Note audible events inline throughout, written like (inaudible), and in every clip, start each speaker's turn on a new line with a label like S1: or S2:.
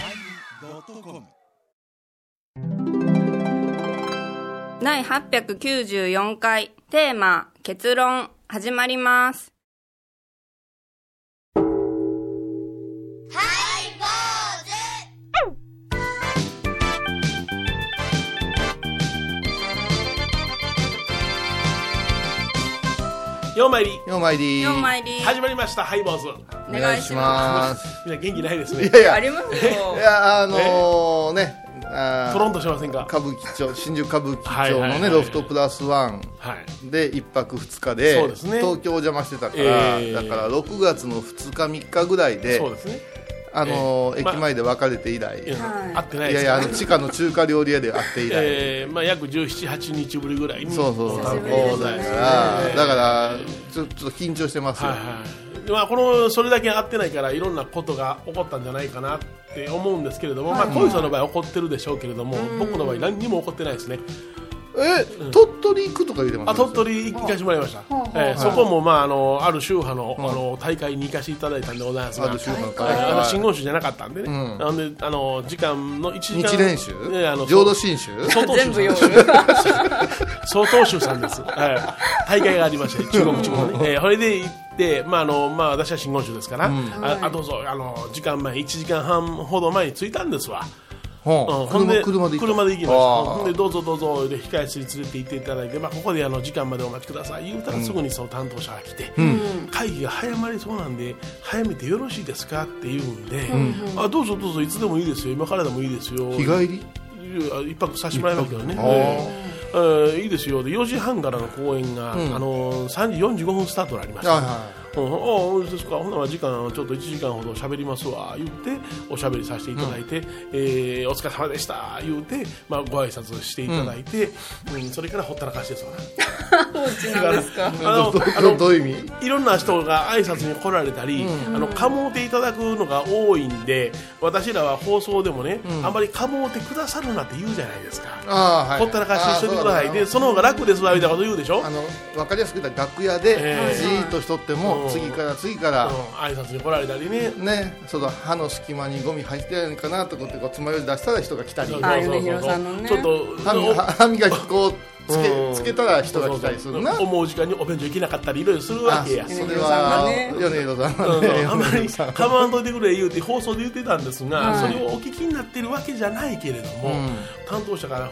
S1: YONNIRI.com
S2: 第894回テーマ結論始まります
S3: ようまいり
S4: ようまいり。
S2: 4枚入り
S3: 始まりましたハイボーズ
S2: お願いします
S3: みんな元気ないですね
S4: い (laughs) やいや、
S2: あ
S4: い
S2: りますよ
S4: や、あのー、ね、あ
S3: トロ
S4: ー
S3: ンとしませんか
S4: 歌舞伎町、新宿歌舞伎
S3: はい
S4: 町
S3: はい
S4: の
S3: はいは
S4: ね、
S3: い
S4: ロフトプラスワン
S3: はい
S4: で一泊二日で、
S3: そうですね
S4: 東京お邪魔してたから、
S3: えー
S4: だから6月の2日3日ぐらいで、
S3: そうですね
S4: あのー
S3: えーまあ
S4: 駅前で別れて以来、
S3: いや
S4: い
S2: はい
S3: 合ってないで
S4: や
S3: すね
S4: いや、あの地下の中華料理屋で会って以来。
S3: えーまあ約178日ぶりぐらいに
S4: そうそうそう、
S3: は
S4: そ
S3: いう
S4: だから、だから、ちょちょっと緊張してますよ。
S3: はいでまあこのそれだけ合ってないからいろんなことが起こったんじゃないかなって思うんですけれども、まあ小遊さんの場合起こってるでしょうけれども、僕の場合何にも起こってないですね
S4: え、鳥取行くとか言ってま
S3: あ
S4: す
S3: 鳥取行かしてもらいました、えーそこもまああのある宗派のあの大会に行かせていただいたんでございますが
S4: ある宗派の
S3: あ
S4: 大会
S3: のあの真言宗じゃなかったんでね、なんであの時間の1時間
S4: 日蓮宗
S3: えーあの
S4: 浄土真宗
S3: 総統
S2: 全部用
S3: 宗
S2: 意
S3: さん総統宗さんです、はい、大会がありまして中国地方ね、えー、それで行って、まああのまあ、私は真言宗ですから、ああどうぞあの時間前1時間半ほど前に着いたんですわ
S4: ほ
S3: うんん、ほんで
S4: 車で行った
S3: 車で行きました
S4: あー
S3: ほんでどうぞどうぞで控え室に連れて行っていただいて、まあ、ここであの時間までお待ちください言うたらすぐにその担当者が来て、会議が早まりそうなんで早めてよろしいですかって言うんで、あどうぞどうぞいつでもいいですよ今からでもいいですよ
S4: 日帰り
S3: いや一泊させてもらいますけどね、
S4: あー
S3: えーいいですよで4時半からの公演が、あのー3時45分スタートになりました、
S4: はいはい。
S3: うん、ああですかほんなら時間ちょっと1時間ほど喋りますわ言っておしゃべりさせていただいて、えーお疲れ様でした言うて、まあ、ご挨拶していただいて、うんそれからほったらかしですわ
S2: なんですか
S3: (laughs) あの
S4: ど
S3: あ
S4: ど
S3: の
S4: どういう意味
S3: いろんな人が挨拶に来られたり、あのかもうていただくのが多いんで私らは放送でもね、あまりかもうてくださるなって言うじゃないですか
S4: あーはい
S3: ほったらかしにしといてくださいでその方が楽ですわみたいなこと言うでしょ、
S4: あの分かりやすく言ったら楽屋で
S3: ええ
S4: じーっとしとって
S3: う
S4: も
S3: ん
S4: 次から次か
S3: うん
S4: ら、
S3: 挨拶に来られたりね
S4: ねその歯の隙間にゴミ入ってないのかなと思ってこうつまようじ出したら人が来たり
S3: そう
S4: 歯
S2: あ
S3: そうそう
S2: 米広さんのね
S3: ちょっと
S4: み歯磨きこうつけ
S3: うん
S4: つけたら人が来たりするな
S3: そうそう思う時間にお便所行けなかったりいろいろするわ
S4: あ
S3: けや
S4: そそ
S2: 米
S4: れ
S2: 広さんが
S4: は
S2: ね
S4: 米広さん
S3: う
S4: はね
S3: んあんまり
S4: 米広さん
S3: かまんといてくれ言うて放送で言ってたんですが、それをお聞きになってるわけじゃないけれども、
S4: うん
S3: 担当者から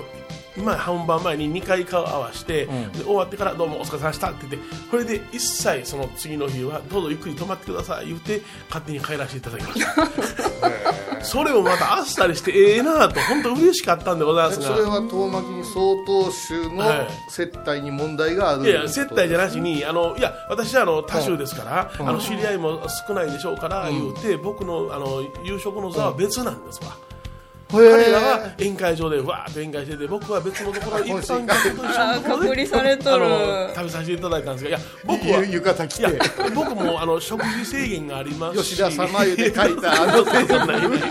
S3: 今本番前に2回顔合わせて、で終わってからどうもお疲れ様でしたって言ってこれで一切その次の日はどうぞゆっくり泊まってください言うて勝手に帰らせていただきましたそれをまたあっさりしてええなぁと本当嬉しかったんでございますが
S4: それは遠巻きに総統州の
S3: はい
S4: 接待に問題がある
S3: いやいや接待じゃ
S4: ない
S3: なしにあのいや私はあの多州ですから、あの知り合いも少ないでしょうから、言うて僕のあの夕食の座は別なんですわ、彼らは宴会場でわーっと宴会してて僕は別のところ一般客と一緒のところ
S2: あー隔離
S3: で
S2: されとる
S3: あの食べさせていただいたんですがいや僕は
S4: 浴衣着
S3: いや
S4: て
S3: 僕もあの食事制限がありますし
S4: 吉田様ゆで書いたあ
S3: (laughs) そう
S4: の
S3: そうないないないない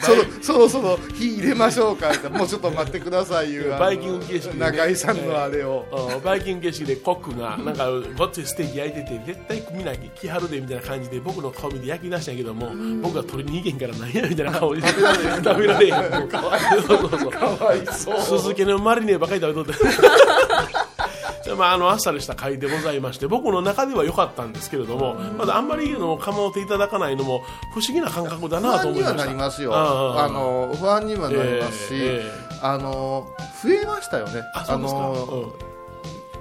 S4: そろそろそろ火入れましょ
S3: (laughs)
S4: うかってもうちょっと待ってくださいいうあの
S3: バイキング形式でね
S4: 中井さんのあれを
S3: うんバイキング形式でコックがなんかごっついステーキ焼いてて絶対みんな来はるでみたいな感じで僕の顔見て焼き出したんやけども、僕は取りに行けんからなんやみたいな顔で (laughs) 食べられへんかわいそうそうそう鈴木のマリネばかり食べとってじゃあまあ、あのあっさりした (laughs) 会でございまして僕の中では良かったんですけれども、まだあんまり言うのも構っていただかないのも不思議な感覚だ
S4: 不
S3: なと
S4: 安
S3: 思
S4: に
S3: いま
S4: は
S3: し
S4: な
S3: た
S4: りますよ
S3: うんうん
S4: あの不安にはなりますし、
S3: えええ
S4: あの増えましたよね
S3: あそうですか、
S4: の
S3: うん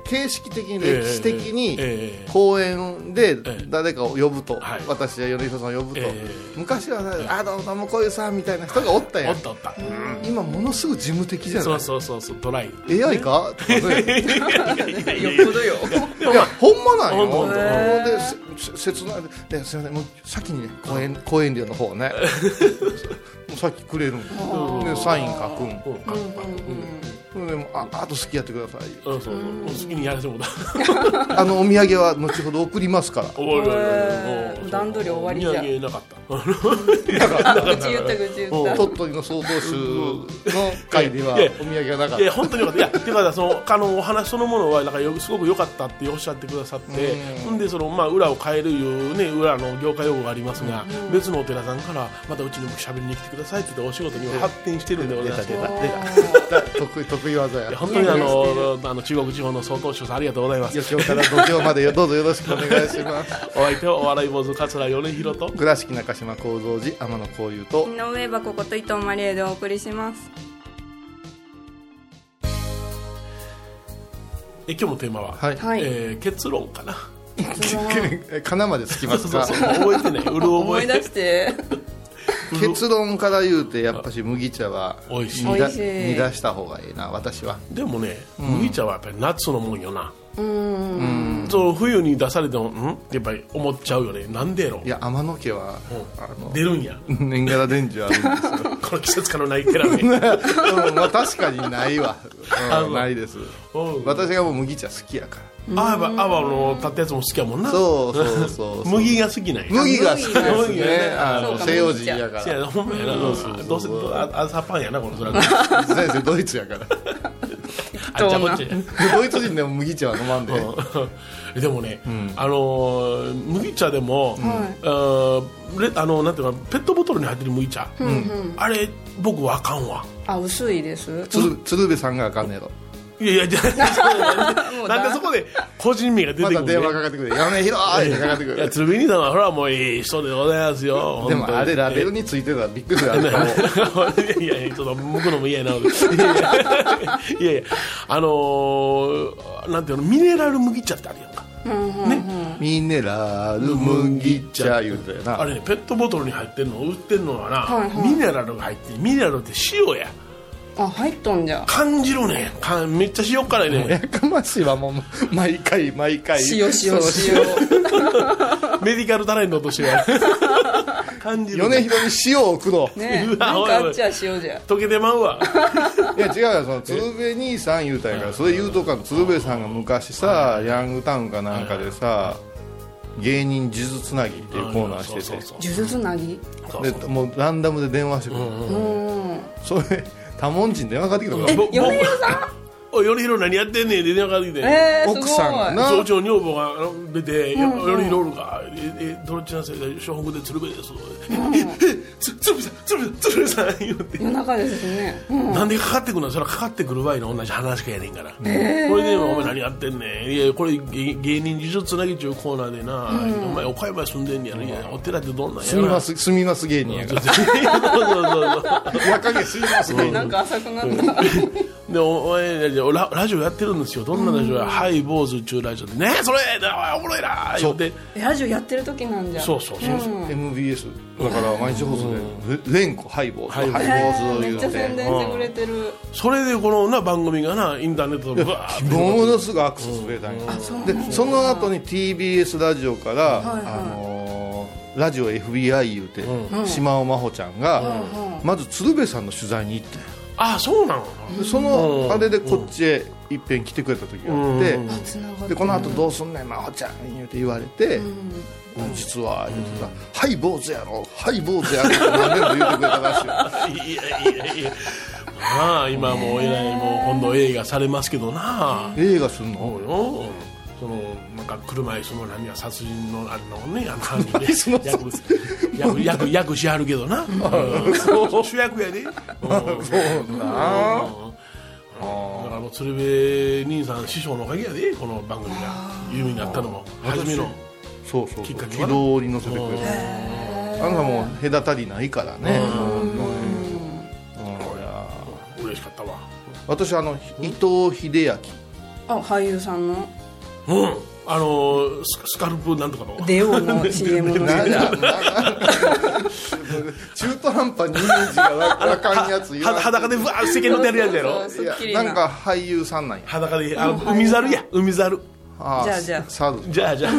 S4: 形式的に
S3: ええ
S4: 歴史的に、
S3: ええ
S4: 公演で
S3: え
S4: 誰かを呼ぶと、
S3: はい
S4: 私や米彦さんを呼ぶと、
S3: ええ
S4: 昔は、ね、あどうもこういうさんみたいな人がおった
S3: お
S4: やん
S3: ったおった、
S4: 今ものすごい事務的じゃ
S3: そ
S4: ないう
S3: そうそうそうドライ
S4: AI かとかね
S2: よっぽどよ
S4: いや、ほんまなんよ。
S3: ほんま
S4: で、せ、せ切ない。で、すみません、もう、先にね、公園、公園料の方ね。もうさっきくれるんで、サイン書くん。
S3: うん
S4: うんでもああと好きやってください
S3: そうそうそうお好きにやらせてもらった
S4: あのお土産は後ほど送りますから
S3: 終わり
S1: へー
S3: 終わり
S1: 段取り終わりじゃん
S3: お土産なかった
S1: 愚痴言った愚痴言った
S4: 鳥取の総統集の会ではお
S3: いや
S4: 土産はなかっ
S3: いや
S4: た
S3: 本当によかったいやてかそのあのお話そのものはなんかよすごく良かったっておっしゃってくださってほんでその、まあ、裏を変えるいう、ね、裏の業界用語がありますが、別のお寺さんからまたうちにも喋りに来てくださいって言ってお仕事にも発展してるんでございます
S4: 出た出
S3: い
S4: 得意得意技や
S3: や本当にあのあの中国地方の総統賞さんありがとうございます
S4: 吉岡から土俵までよどうぞよろしくお願いします
S3: お相手はお笑い坊主桂米広と
S4: 倉敷中島幸三寺天野幸雄と
S2: 井上はここと伊藤マリエでお送りします
S3: え今日のテーマは、
S4: はい、
S2: はい
S3: えー結論かな
S4: え (laughs) 金までつきま
S3: そ
S4: す
S3: うそう
S4: か
S3: そう覚えてな (laughs) いうる
S1: 思
S3: 覚
S1: い
S3: え
S1: 出して
S4: 結論から言うてやっぱし麦茶は
S3: 美味しい
S4: 煮だ
S1: 美味しい
S4: 煮出した方がいいな私は
S3: でもね、麦茶はやっぱり夏のもんよなそう冬に出されてもんってやっぱり思っちゃうよねなんでやろ
S4: いや天野家は
S3: うん
S4: あの
S3: 出るんや
S4: 年がら年中あるんですよ
S3: この季節からない寺ね
S4: うんまあ確かにないわ、
S3: あ
S4: (laughs) う
S3: そ
S4: ん、
S3: う
S4: ないです
S3: うんあ
S4: 私がもう麦茶好きやから
S3: やっぱアワの立ったやつも好きやもんな
S4: そうそうそうそう
S3: 麦が好きなんや
S4: 麦が好きです
S3: 麦がね
S4: ねあ
S1: そう
S4: の
S1: か
S4: 西洋人やか
S3: せや
S4: ら
S3: なほんまやな
S4: そうそうそう
S3: どうせあ朝パンやなこの空が
S4: 先生ドイツやから (laughs)
S3: あっちゃこっちゃ
S4: ドイツ人でも麦茶は飲まんで、
S3: (laughs) でもね、あのー麦茶でも、うんレあのなんていうかペットボトルに入ってる麦茶、あれ僕はあかんわ
S1: あ薄いです
S4: 鶴鶴瓶さんがあかんねやろ
S3: いやいやじゃ
S1: も
S3: あ
S4: (laughs)
S1: う
S3: な
S1: だ
S3: んでそこで個人名が出て
S4: ま
S3: くる
S4: た
S3: ん
S4: 電
S3: で、
S4: 話かかってくる「やめひろ!」
S3: (laughs)
S4: ってかかってく
S3: いや
S4: る
S3: 鶴瓶兄さんはほらもういい人でございますよ
S4: でもあれラベ
S3: ル
S4: ルについてたらびっくりするあれもう
S3: いやいやちょっと向くのも嫌やないやいやあのーなんていうのミネラル麦茶ってあるやんか
S4: ミネラル麦茶言うてたよな
S3: あれねペットボトルに入ってるの売ってるのはな、ミネラルが入ってるミネラルって塩や
S1: あ入っとんじゃ
S3: 感じるねかめっちゃ塩辛いね
S4: (laughs) やかましいわもう毎回毎回
S1: 塩塩塩
S3: メディカルタレントとしては
S4: (laughs)
S3: 感じる
S4: 米広に塩を送ろう
S1: ね
S3: う
S1: な
S3: わ
S1: ん
S3: おい
S1: か
S3: おい
S1: あっちゃ塩じゃ
S3: 溶けてまうわ
S4: いや違うよその鶴瓶兄さん言うたんやからそれ言うとかの鶴瓶さんが昔さヤングタウンかなんかでさ芸人呪術つなぎっていうコーナーして
S3: そう
S4: て
S3: そう
S1: 数珠つなぎ
S3: そう
S4: でもうランダムで電話してくるそれ多文人電話かかってきたから
S3: ぼぼ
S1: 米広さん
S3: (laughs) おい米広何やってんねんって電話かかってきて
S1: えー、すごい
S4: 奥さんがな
S3: そううちの女房があの出て「よりおるか」え「えどっちなんすか?」「小北で鶴瓶です」ええつ鶴瓶さん鶴瓶さん鶴瓶さん」言うて
S1: 夜中ですね、うん
S3: なんでかかってくるのそれはかかってくる場合の同じ話しかやねんから、これで「お前何やってんねん」いや「これ芸芸人呪術つなぎ」っちゅうコーナーでな「お前岡山住んでんねやろいやお寺ってどんなんや
S4: すみま
S3: ろ」
S4: すすみます芸人やか
S3: (laughs) そうそう (laughs) そうそう
S4: ら夜影すみます芸
S1: な
S4: 人
S1: んか浅くなった、
S3: (laughs) でおおいラララジオやってるんですよどんなラジオや「ハイ坊主」っちゅうラジオで「ねえそれおいおもろいな」言うて
S1: ラジオやってる時なんじゃ
S3: そうそうそうそう
S4: MBS だから毎日放送で連呼ハイボー
S3: ハイ
S4: ズ
S3: ボー
S4: ハ
S3: ズ
S4: イ
S1: へー
S4: ボーズ
S1: めっち
S4: 言
S1: ゃ
S4: う
S1: 宣
S4: て
S1: 伝してくれてる、
S3: それでこのな番組がなインターネットでブワーって
S4: ものすごいアクセス増えたんよでその後に TBS ラジオから、あのーラジオ FBI 言うて、島尾真帆ちゃんが、まず鶴瓶さんの取材に行って、
S3: あそうなの
S4: でそのあれでこっちへいっぺん来てくれた時があって、
S1: つながっ
S4: でこの後どうすんねん真帆ちゃん言うて言われて、実は言うてさ「はい坊主やろはい坊主やろ」って何でも言うてくれたらしいよ
S3: いやいやいやまあ今もうえらいもう今度映画されますけどな
S4: 映画すんの
S3: そうよそのなんか車椅子の波は殺人のあのねあの犯人ね
S4: その
S3: 役役役役しはるけどなうん主役やでうん
S4: そうな
S3: だからもう鶴瓶兄さん師匠のおかげやでこの番組が有名になったのも初めの
S4: そうそう
S3: き
S4: そ
S3: っ
S4: う
S3: かけは
S4: 軌道に乗せてくれたあんたもう隔たりないからねうんいや
S3: 嬉しかったわ
S4: 私あの伊藤英明
S1: あ俳優さんの
S3: うんあのススカルプなんとかの
S1: デオの
S4: (laughs)
S1: CM の
S4: なんやなんや中途半端にイメージがわかんやつ言わ
S3: は
S4: ん
S3: 裸でぶわー世間の出るやつやろ
S1: そうそう
S4: い
S1: す
S4: や
S1: っきり
S4: なんか俳優さんなんや
S3: 裸であ海猿や海猿
S4: あー
S1: じゃあじゃあ
S4: サル
S3: じゃあじゃ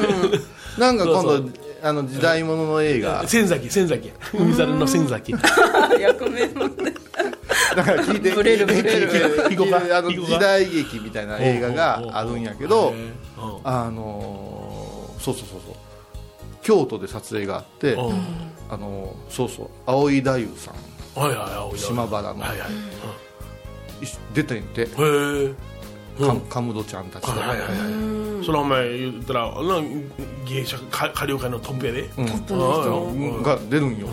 S4: なんか今
S3: そ
S4: 度あの時代物の映画
S3: あ仙崎仙崎や海猿の仙崎
S1: 役名もね
S4: だから聞いて
S1: ブレるブレる
S4: 聞いて
S3: ピコが
S4: 聞いてあの
S3: ピコが
S4: 時代劇みたいな映画があるんやけど
S3: へーうん
S4: あのーそうそうそうそう京都で撮影があって
S3: うん
S4: あのーそうそう青井太夫さん
S3: はいはいはい
S4: 島原の
S3: はいはい
S4: 一緒に出てんて
S3: うんへえ
S4: カムカムドちゃんたちと
S3: はいはいはいそれお前言ったらな芸者か下流界のトップやで
S4: うん
S1: その
S3: う
S1: 人
S3: ん
S4: が出るんよ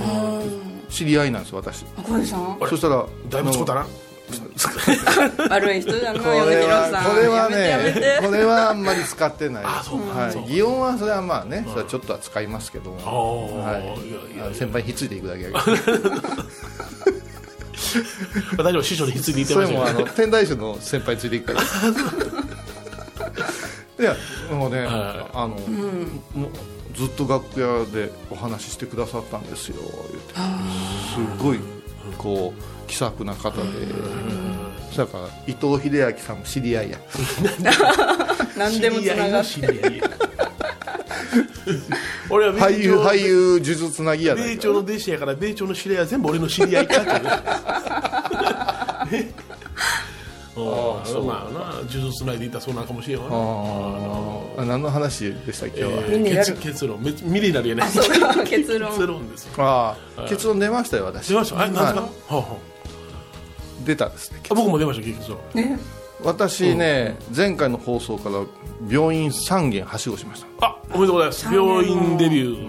S4: 知り合いなんですよ私
S1: あ小西さん
S4: そしたら
S3: だいぶ使うた
S4: あの
S3: な
S1: 悪い人じゃない
S4: こ
S1: よ
S4: れ
S1: ね
S4: は
S1: さん
S4: これは
S1: やめてや
S4: ね (laughs)
S1: めて
S4: これはあんまり使ってない
S3: あそうか
S4: は
S3: そうか
S4: い擬音はそれはまあねそれはちょっとは使いますけど
S3: あ
S4: も
S3: ーいやいや
S4: はい先輩にひっついていくだけやけど
S3: 大丈夫師匠に引き継いでいって
S4: そ
S3: ま
S4: れ
S3: した
S4: もあ
S3: よね
S4: の天台宗の先輩について
S3: (laughs)
S4: いくからいやもうね、
S3: はい
S4: あの、もうずっと楽屋でお話ししてくださったんですよ言ってすごいこう気さくな方で、だから伊藤英明さんも知り合いや
S1: 何でもつながっ
S3: 知り合いの
S4: (laughs)
S3: 知り合い俺は
S4: 俳
S3: 米
S4: 優
S3: 朝
S4: 俳優呪術つなぎやな
S3: 米
S4: いか
S3: 朝の弟子やから米朝の知り合いは全部俺の知り合いかってねねああまあな呪術つないでいったらそうなんかもしれんわな
S4: あー何の話でしたっけ今日は、
S1: みんなやる
S3: 結結論めミリになるやね
S1: たそうか結論
S3: 結論ですよ
S4: ああ結論出ましたよ私
S3: 出ましたえ何ですか、
S4: は
S3: はあは
S4: あ出たんですね
S3: あ、僕も出ました結論
S4: 私ね、前回の放送から病院3軒はしごしました
S3: あおめでとうございます病院デビュー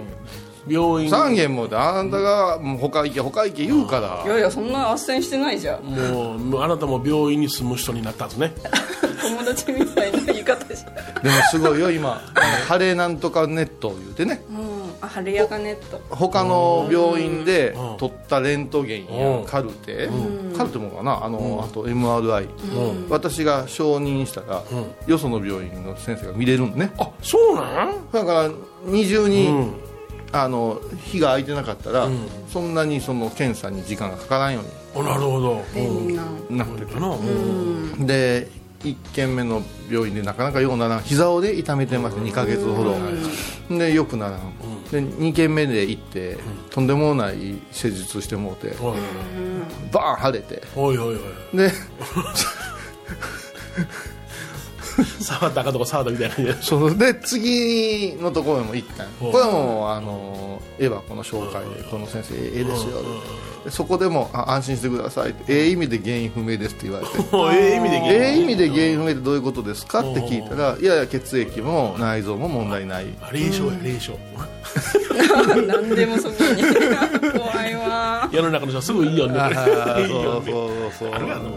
S3: 病院
S4: 3軒もであなたがもう他行け他行け言うから
S1: いやいやそんな斡旋してないじゃん
S3: もうもうあなたも病院に住む人になったんですね
S1: 友達みたいな言い方して
S4: でもすごい
S3: (laughs)
S4: よ今晴れなんとかネットを言うてね
S1: うんあ晴れやかネット
S4: 他の病院で
S3: うん
S4: 取ったレントゲン
S3: うん
S4: やカルテカルテもかなあのあと MRI 私が承認したらよその病院の先生が見れるんね
S3: あそうなん
S4: だから二重に、
S3: うん
S4: あの日が空いてなかったら、そんなにその検査に時間がかからんよ
S3: あなるほど
S1: 便利な
S4: うになっ
S3: こ
S4: て
S3: れ
S4: る
S3: かな
S4: で1軒目の病院でなかなかようならん膝をで痛めてまして2ヶ月ほどでよくならんで2軒目で行ってとんでもない施術してもうて
S3: おい
S4: バーン腫れて
S3: おいおいおい
S4: で
S3: 触ったかとか触ったみたいな感じで
S4: そので次のところにも行ったん
S3: うん
S4: これはもうあのエヴァこの紹介でこの先生ええですよでそこでもあ安心してくださいってええ意味で原因不明ですって言われて
S3: もう (laughs) ええ意味で
S4: ええ意味で原因不明ってどういうことですかって聞いたらいやいや血液も内臓も問題ない
S3: あ霊障や霊障
S1: 何でもそこ (laughs) に怖いわ
S3: 世の中の人はすぐいいよね
S4: そ
S3: (laughs) いういよね
S4: そうそう
S3: あるやろお前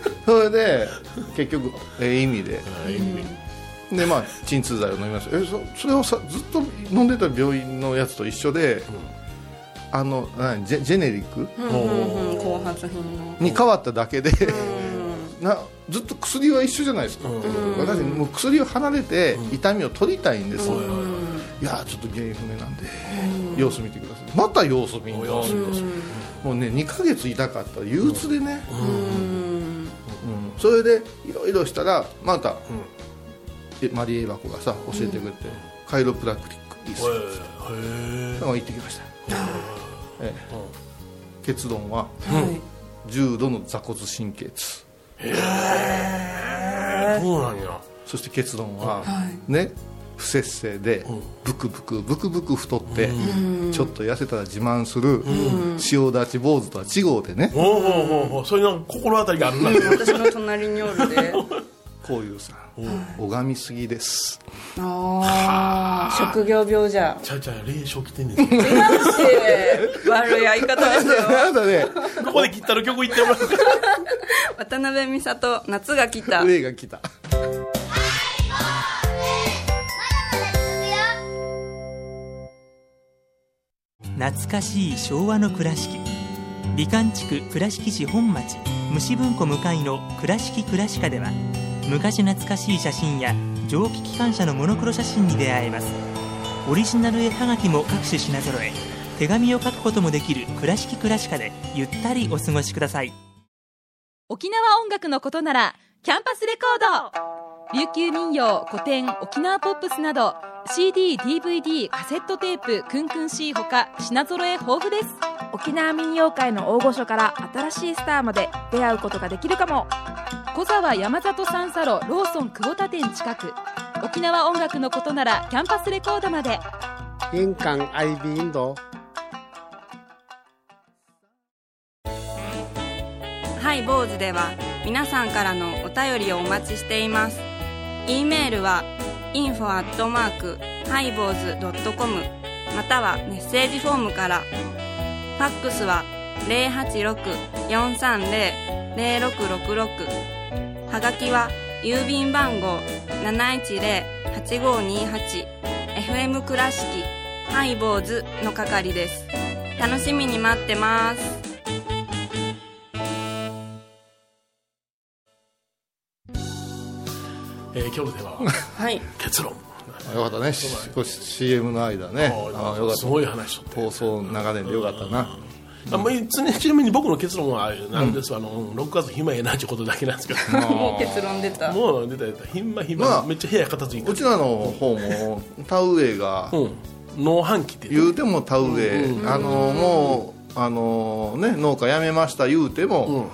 S4: (laughs) それで結局ええ意味ででまあ鎮痛剤を飲みましたえそそれをさずっと飲んでた病院のやつと一緒で、あの何ジェジェネリック
S1: うんうん後発品の
S4: に変わっただけで、 (laughs) なずっと薬は一緒じゃないですか、私もう薬を離れて痛みを取りたいんです、いやーちょっと原因不明なんで、様子見てくださいまた様子見よう
S3: 様子見様子
S4: もうね2ヶ月痛かったら憂鬱でね、うんそれでいろいろしたらまた、えマリエバコがさ教えてくれて、カイロプラクティックいいっすよ
S3: おいおいへえ
S4: だから行ってきました、ええ結論は
S1: はい
S4: 重度の座骨神経痛
S3: そうなんや
S4: そして結論は、ね不節制でブクブクブクブク太って、ちょっと痩せたら自慢する、塩立ち坊主とは違うでね、
S3: おおおおおそういうなんか心当たりがあるな
S1: 私の隣におる (laughs) で
S4: こういうさん拝みすぎです (laughs)
S1: ああ職業病じゃ
S3: ちゃうちゃう霊障来てんねん
S1: 違うし悪い相方ですよ
S4: あなたね
S3: ここで切ったの曲いってもらう (laughs) か
S2: 渡辺美里夏が来た
S4: 霊が来た (laughs)
S5: 懐かしい昭和の倉敷美観地区倉敷市本町虫文庫向かいの「倉敷倉歯科」では昔懐かしい写真や蒸気機関車のモノクロ写真に出会えますオリジナル絵はがきも各種品揃え手紙を書くこともできる「倉敷倉歯科」でゆったりお過ごしください
S6: 沖縄音楽のことならキャンパスレコード琉球民謡古典沖縄ポップスなど CDDVD カセットテープクンクン C ほか品揃え豊富です
S7: 沖縄民謡界の大御所から新しいスターまで出会うことができるかも
S6: 小沢山里三佐路ローソン久保田店近く沖縄音楽のことならキャンパスレコードまで
S8: 玄関アイビーインド
S2: ハイ坊主では皆さんからのお便りをお待ちしています。e メールは info アットマークハイ坊主ドットコムまたはメッセージフォームから。ファックスは086-430-0666はがきは郵便番号710-8528 FM 倉敷ハイボーズの係です。楽しみに待ってます。
S3: えー、今日のテーマは
S2: はい。
S3: 結論
S4: よかったねし少し CM の間ねああよかっ
S3: す
S4: た
S3: ごい話しとって
S4: 放送長年でよかったな
S3: あまあ、常にちなみに僕の結論はなんです、あの6月暇やなってことだけなんですけど
S1: (laughs) もう結論出た。
S3: もう出た出た暇暇、
S4: まあ
S3: めっちゃ部屋片付いうた
S4: ちらの方も田植えが
S3: うん農飯器って
S4: 言
S3: う
S4: うても田植えあのもうあのね農家辞めました言うて
S3: うん
S4: も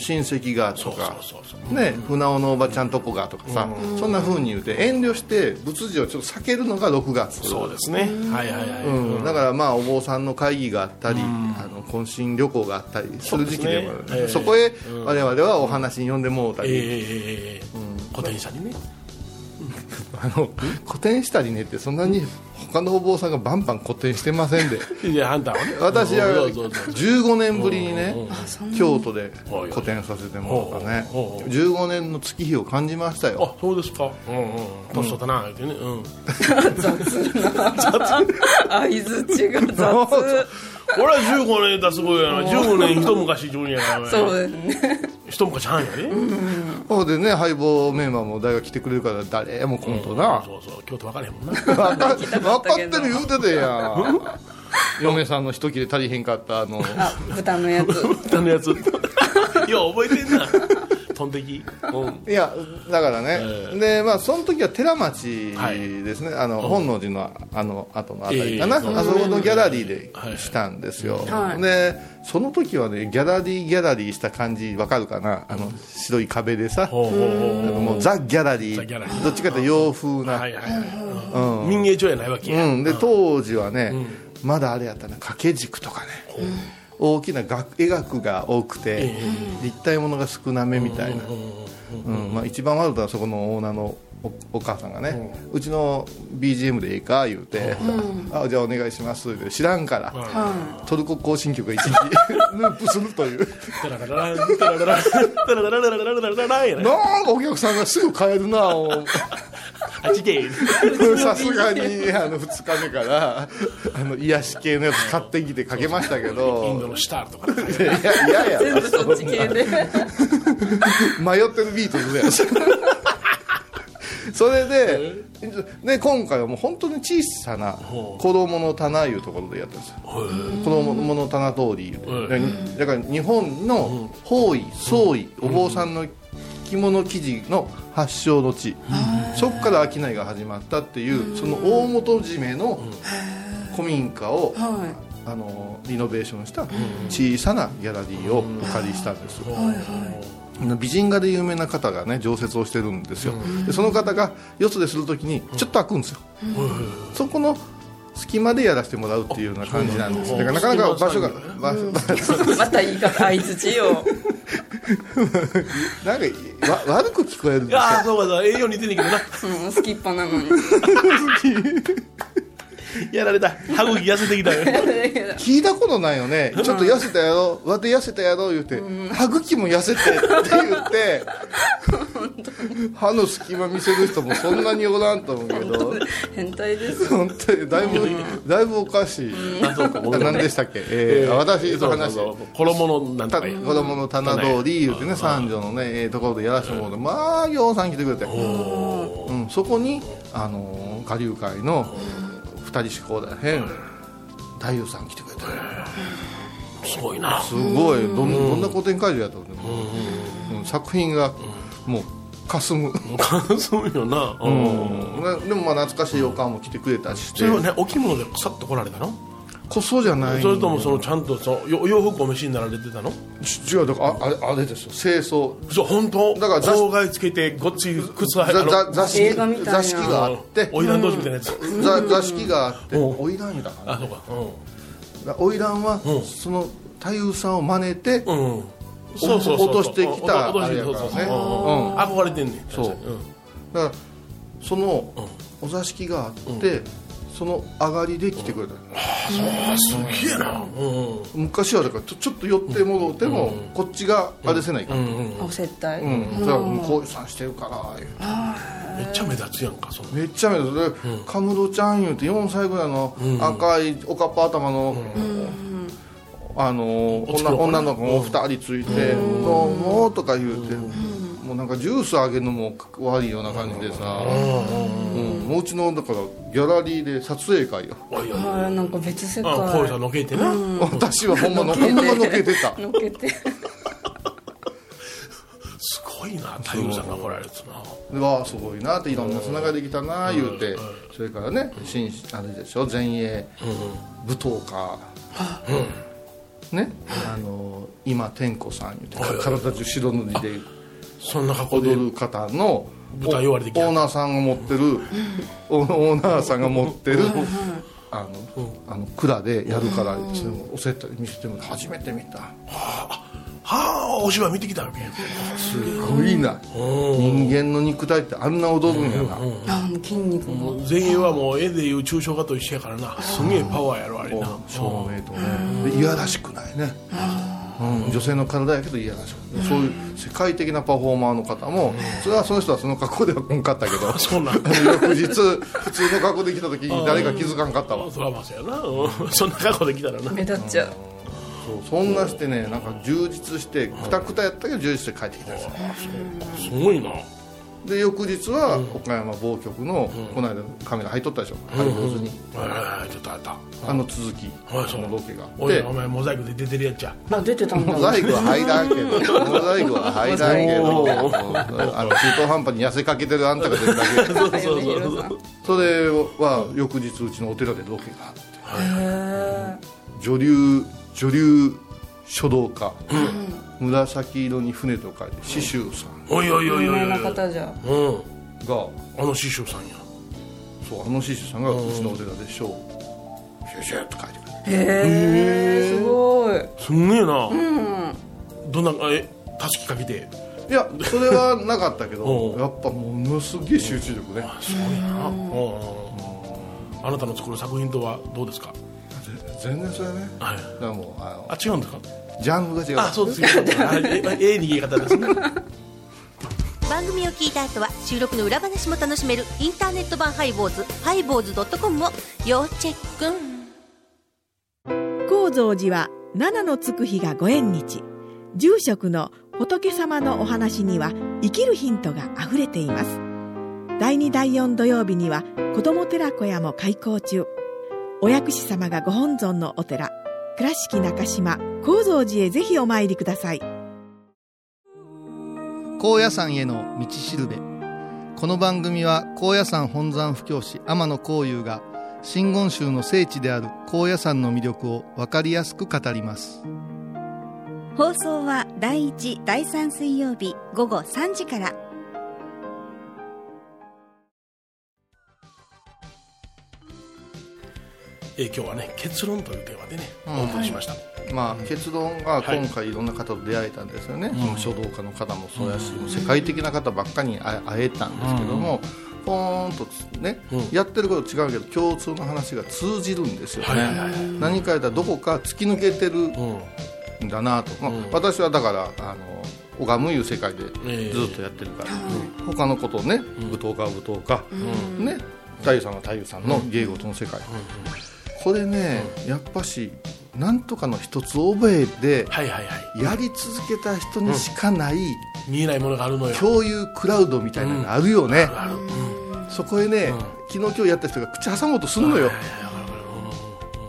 S4: 親戚が
S3: そ
S4: と
S3: うそう
S4: か
S3: そうそう
S4: ね、船尾のおばちゃんとこがとかさ、そんなふうに言うて遠慮して仏事をちょっと避けるのが6月
S3: そうですねはいはいはい、
S4: うん、だからまあお坊さんの会議があったり、あの懇親旅行があったりする時期でもある
S3: そう
S4: そ,、
S3: ですねええ
S4: こへ我々はお話に呼んでもうた
S3: え
S4: り、
S3: え古典社にね
S4: あの古典したりねってそんなに他のお坊さんがバンバン古典してませんで
S3: いやあんたはね
S4: 私は
S3: どうぞどうぞ
S4: 15年ぶりにね京都で
S3: はい
S4: 古典させてもらったね
S3: おうおうおう
S4: 15年の月日を感じましたよ
S3: あそうですかうんうん年取ったなってねうん
S1: 相づち
S4: (laughs)
S1: が雑。
S3: 俺は15年だすごいやな15年一昔以上にやな
S1: そうですね。
S3: 一昔半やね
S4: ほうでね相棒メンバーも大学来てくれるから誰も来んとな、
S3: そうそう京都分かれへんもんな
S4: 分かってる
S1: かったけど
S4: 言うてたやん
S3: (laughs)
S4: 嫁さんの一切れ足りへんかったあの
S1: あ、豚のやつ。
S3: 歌のやついや覚えてんなトンテキうん
S4: いやだからね、
S3: え
S4: でまあその時は寺町ですね、あの本能寺のあの後のあたりかな、
S3: ええ
S4: あそこのギャラリーでしたんですよ、
S2: はい
S4: でその時はねギャラリーギャラリーした感じわかるかなあの白い壁でさ、
S3: ほうほうほう
S4: なんかもうザ・ギャラリ
S3: ザギャラリー
S4: ーどっちかというと洋風な、
S3: はいはいはい民芸町やないわけや
S4: うん、で当時はね、まだあれやったな掛け軸とかね、大きな額絵額が多くて、立体ものが少なめみたいな、うんまあ、一番悪いのはそこのオーナーのおお母さんがね、うちの BGM でええか言うて、あじゃあお願いしますって知らんから、トルコ行進曲が一時ループするという (laughs)
S3: タラタラランタラタラランタラタラララララララランやな
S4: なんかお客さんがすぐ帰るな (laughs) お
S3: あっちけ
S4: さすがにあの2日目からあの癒し系のやつ買ってきてかけましたけど
S3: インドのシタールとか
S4: いやいやいや
S1: (laughs) 全部そっち系で。
S4: 迷ってるビートルズやし (laughs) それでで今回はもう本当に小さな子供の棚いうところでやったんですよ子供の棚通りいうでだから日本の方位宗位お坊さんの着物生地の発祥の地そこから商いが始まったっていうその大元締めの古民家を
S1: はい。
S4: あのリノベーションした小さなギャラリーをお借りしたんです、美人画で有名な方がね常設をしてるんですよ、でその方がよそでするときにちょっと開くんですよ、そこの隙間でやらせてもらうっていうような感じなんですだからなかなか場所が場所場
S1: (laughs)
S4: 所
S1: また言い方相づちよ。
S4: (laughs) なんかわ悪く聞こえるんですよ
S3: ああそうかそうか栄養似てんねんけどな
S1: うん、好きっぱなのに。
S3: やられた歯茎痩せてきたよ
S4: 聞いたことないよね、ちょっと痩せたやろ、わて痩せたやろ言うて、歯茎も痩せてって言 (laughs) って、歯の隙間見せる人もそんなにおらんと思うけど、
S1: 変態です。
S4: 本当にだいぶ、だいぶおかしい、
S3: あそうかごめんな
S4: 何
S3: さい
S4: でしたっけ、えー、私の話。
S3: そうそうそう衣のなんと
S4: た
S3: か
S4: 子
S3: や
S4: 供の棚通り言うてね三女のねええところでやらせてもらってまあぎょうさん来てくれて、うん、そこに、あのー、下流会の二人志向だへん太夫さん来てくれて
S3: すごいな (laughs)
S4: すごいどんどんな古典会場やったのでもうん作品がもう霞む、
S3: そうよなう
S4: うんんでもまあ懐かしい予感も来てくれたしし
S3: そ
S4: て
S3: れはねお着物でさっと来られたの
S4: こそじゃない
S3: それともそのちゃんとそのよお洋服お召しになられてたの
S4: ち違うだからああれあれですよ清掃
S3: そう本当
S4: だから雑誌
S3: 号外つけてごっつい靴履い
S4: ざ
S3: て
S4: ざ座敷
S1: 映画みたいな
S4: 座敷があって
S3: おいらん同士みたいなやつ
S4: ざ座敷があって
S3: うん
S4: 花魁だから
S3: あそうか
S4: 花魁は
S3: うん
S4: その太夫さんを真似て
S3: うんうんそうそうそう
S4: 落としてきた
S3: 落と
S4: あ
S3: して
S4: れや
S3: き
S4: か
S3: た
S4: ら
S3: そう
S4: ね
S3: そうそう
S4: うん
S3: 憧れてんねん
S4: そう
S3: 確かに
S4: だからそのお座敷があってその上がりで来てくれた
S3: うんすげえなうんうん
S4: 昔はだからちょちょっと寄って戻ってもこっちがあれせないから
S3: うんうん
S1: お接待、
S4: うんだからもうこういうさんしてるから言うて
S3: めっちゃ目立つやんかその
S4: めっちゃ目立つでカムロちゃん言うて4歳ぐらいの赤いおかっぱ頭のあの
S3: おちく
S4: 女
S3: ろ
S4: 女の子も2人ついて「どうも」とか言うてもうなんかジュースあげるのも悪いような感じでさうんもううちのだからギャラリーで撮影会よ
S3: おいおい
S1: あーなんか別世界
S3: あこういうさのけてな
S4: 私はほんまのほんまのけてた
S1: のっけて
S3: すごいな太陽さんが来られるやつな
S4: でわあすごいなっていろんなつながりできたな言うてそれからね新あれでしょ前衛舞踏家ねあの今天子さん言うて体中白塗りで
S3: そんな格好で
S4: 踊る方の
S3: 舞台終わりでき
S4: オ
S3: た
S4: ーナーさんが持ってるオーナーさんが持ってるあのあの蔵でやるからそれもおせったり見せてもらって初めて見た
S3: はあお芝居見てきたわけ
S4: すごいな人間の肉体ってあんな踊るんやな
S1: あーもう筋肉も、
S3: 前衛はもう絵でいう抽象画と一緒やからなすげえパワーやろあれな
S4: 照明とねでいやらしくないね、うん、女性の体やけどいやらしくないそういう世界的なパフォーマーの方もそれはその人はその格好では来んかったけ (laughs) ど
S3: そうなん
S4: 翌日普通の格好で来た時に誰か気づかんかったわ
S3: そらまさやなうんそんな格好できたらな
S1: 目立っちゃう
S4: そうそんなしてねなんか充実してくたくたやったけど充実して帰ってきたんですよ
S3: すごいな
S4: で翌日は岡山某局のこの間カメラ入っとったでしょ入坊主に
S3: ええちょっとあった
S4: あの続き
S3: はいそう
S4: のロケがあっ
S3: おい
S4: て
S3: お前モザイクで出てるやっちゃ
S1: あ出てたんだ
S4: モザイクは入らんけど、モザイクは入らんけど、あの中途半端に痩せかけてるあんたが出るだけ。
S3: そうそうそうそう
S4: それは翌日うちのお寺でロケがあって。女流女流書道家、紫色に船と書いて刺繍さん
S3: おいおいおい
S1: 有
S3: おいお
S1: 名
S3: い
S1: な方じゃ
S3: うん
S4: が、
S3: あの師匠さんや
S4: そうあの刺繍さんがうちのお寺で書をシュシュッと書いてくれて。
S1: へえすごい
S3: すんげえなどんなあえたすきかけて
S4: いやそれはなかったけど
S3: う、ん
S4: やっぱものすげえ集中力ね。
S3: すごいなうんあなたの作る作品とはどうですか
S4: 全然それね。
S3: はい
S4: だからもうあの
S3: あ違うんですか
S4: ジャンルが違う。
S3: あそうですよええ逃げ方ですね
S9: 番組を聞いた後は収録の裏話も楽しめるインターネット版ハイボーズハイボーズドットコムを要チェック
S10: 高蔵寺は七のつく日がご縁日住職の仏様のお話には生きるヒントがあふれています第2第4土曜日には子ども寺小屋も開校中お薬師様がご本尊のお寺倉敷中島・高蔵寺へぜひお参りください
S11: 高野山への道しるべこの番組は高野山本山布教師天野幸雄が真言宗の聖地である高野山の魅力を分かりやすく語ります
S9: 放送は第1第3水曜日午後3時から
S3: えー今日はね結論というテーマでね、お送りしました、
S4: まあ、結論が今回いろんな方と出会えたんですよね、その書道家の方もそうやし、世界的な方ばっかりに会え会えたんですけども、ポーンとつね、
S3: うん
S4: やってること違うけど共通の話が通じるんですよね、
S3: はいはいはい
S4: 何かやったらどこか突き抜けてる
S3: うん
S4: んだなと、まあ
S3: うん
S4: 私はだからあの拝むいう世界でず
S3: ええ
S4: っとやってるから、他のことをね舞踏家は舞踏家、ね太夫さんは太夫さんの芸事の世界、これね、やっぱしなんとかの一つ覚えで、
S3: はいはいはい
S4: やり続けた人にしかない
S3: 見えないものがあるのよ
S4: 共有クラウドみたいなのがあるよね、
S3: あるうん
S4: そこへね、昨日今日やった人が口挟もうとするのよ、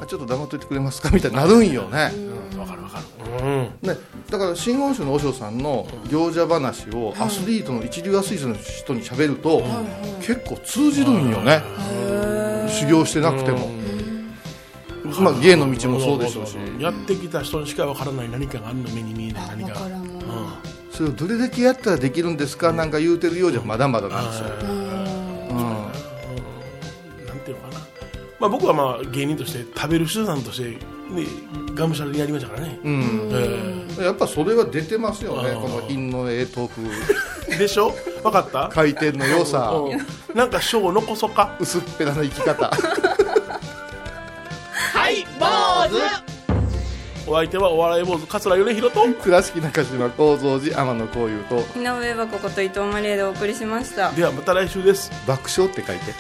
S4: あちょっと黙っといてくれますかみたいになるんよね,、
S3: わかるわかるうん
S4: ねだから真言宗の和尚さんの行者話をアスリートの一流アスリートの人に喋ると、結構通じるんよね、修行してなくても、まあ、芸の道もそうでしょうし
S3: やってきた人にしかわからない何かがあるの目に見えない何かが
S4: それをどれだけやったらできるんですかなんか言うてるようじゃまだまだなんですよ、
S3: なんていうのかな、まあ、僕はまあ芸人として食べる手段として、ね、がむしゃらにやりましたからね、
S4: うんやっぱそれは出てますよねこの品のええトー
S3: クでしょ分かった
S4: 回転の良 (laughs) さ
S3: うんうんなんか賞を残そうか
S4: 薄っぺらな生き方
S3: はい坊主お相手はお笑い坊主桂米宏と
S4: 倉敷中島幸三寺天野幸雄と
S2: 井上はここと伊藤マリエでお送りしました
S3: ではまた来週です
S4: 爆笑って書いて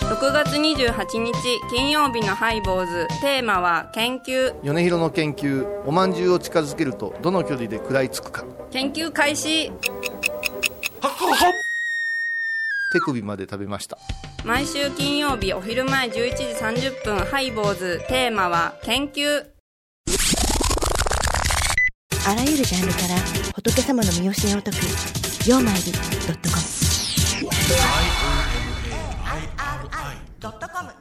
S2: 6月28日金曜日のハイボーズテーマは研究
S11: 米広の研究おまんじゅうを近づけるとどの距離で食らいつくか
S2: 研究開始
S11: 手首まで食べました
S2: 毎週金曜日お昼前11時30分ハイボーズテーマは研究
S12: あらゆるジャンルから仏様の身教えを解く「曜マイルドットコム」
S9: ドットコム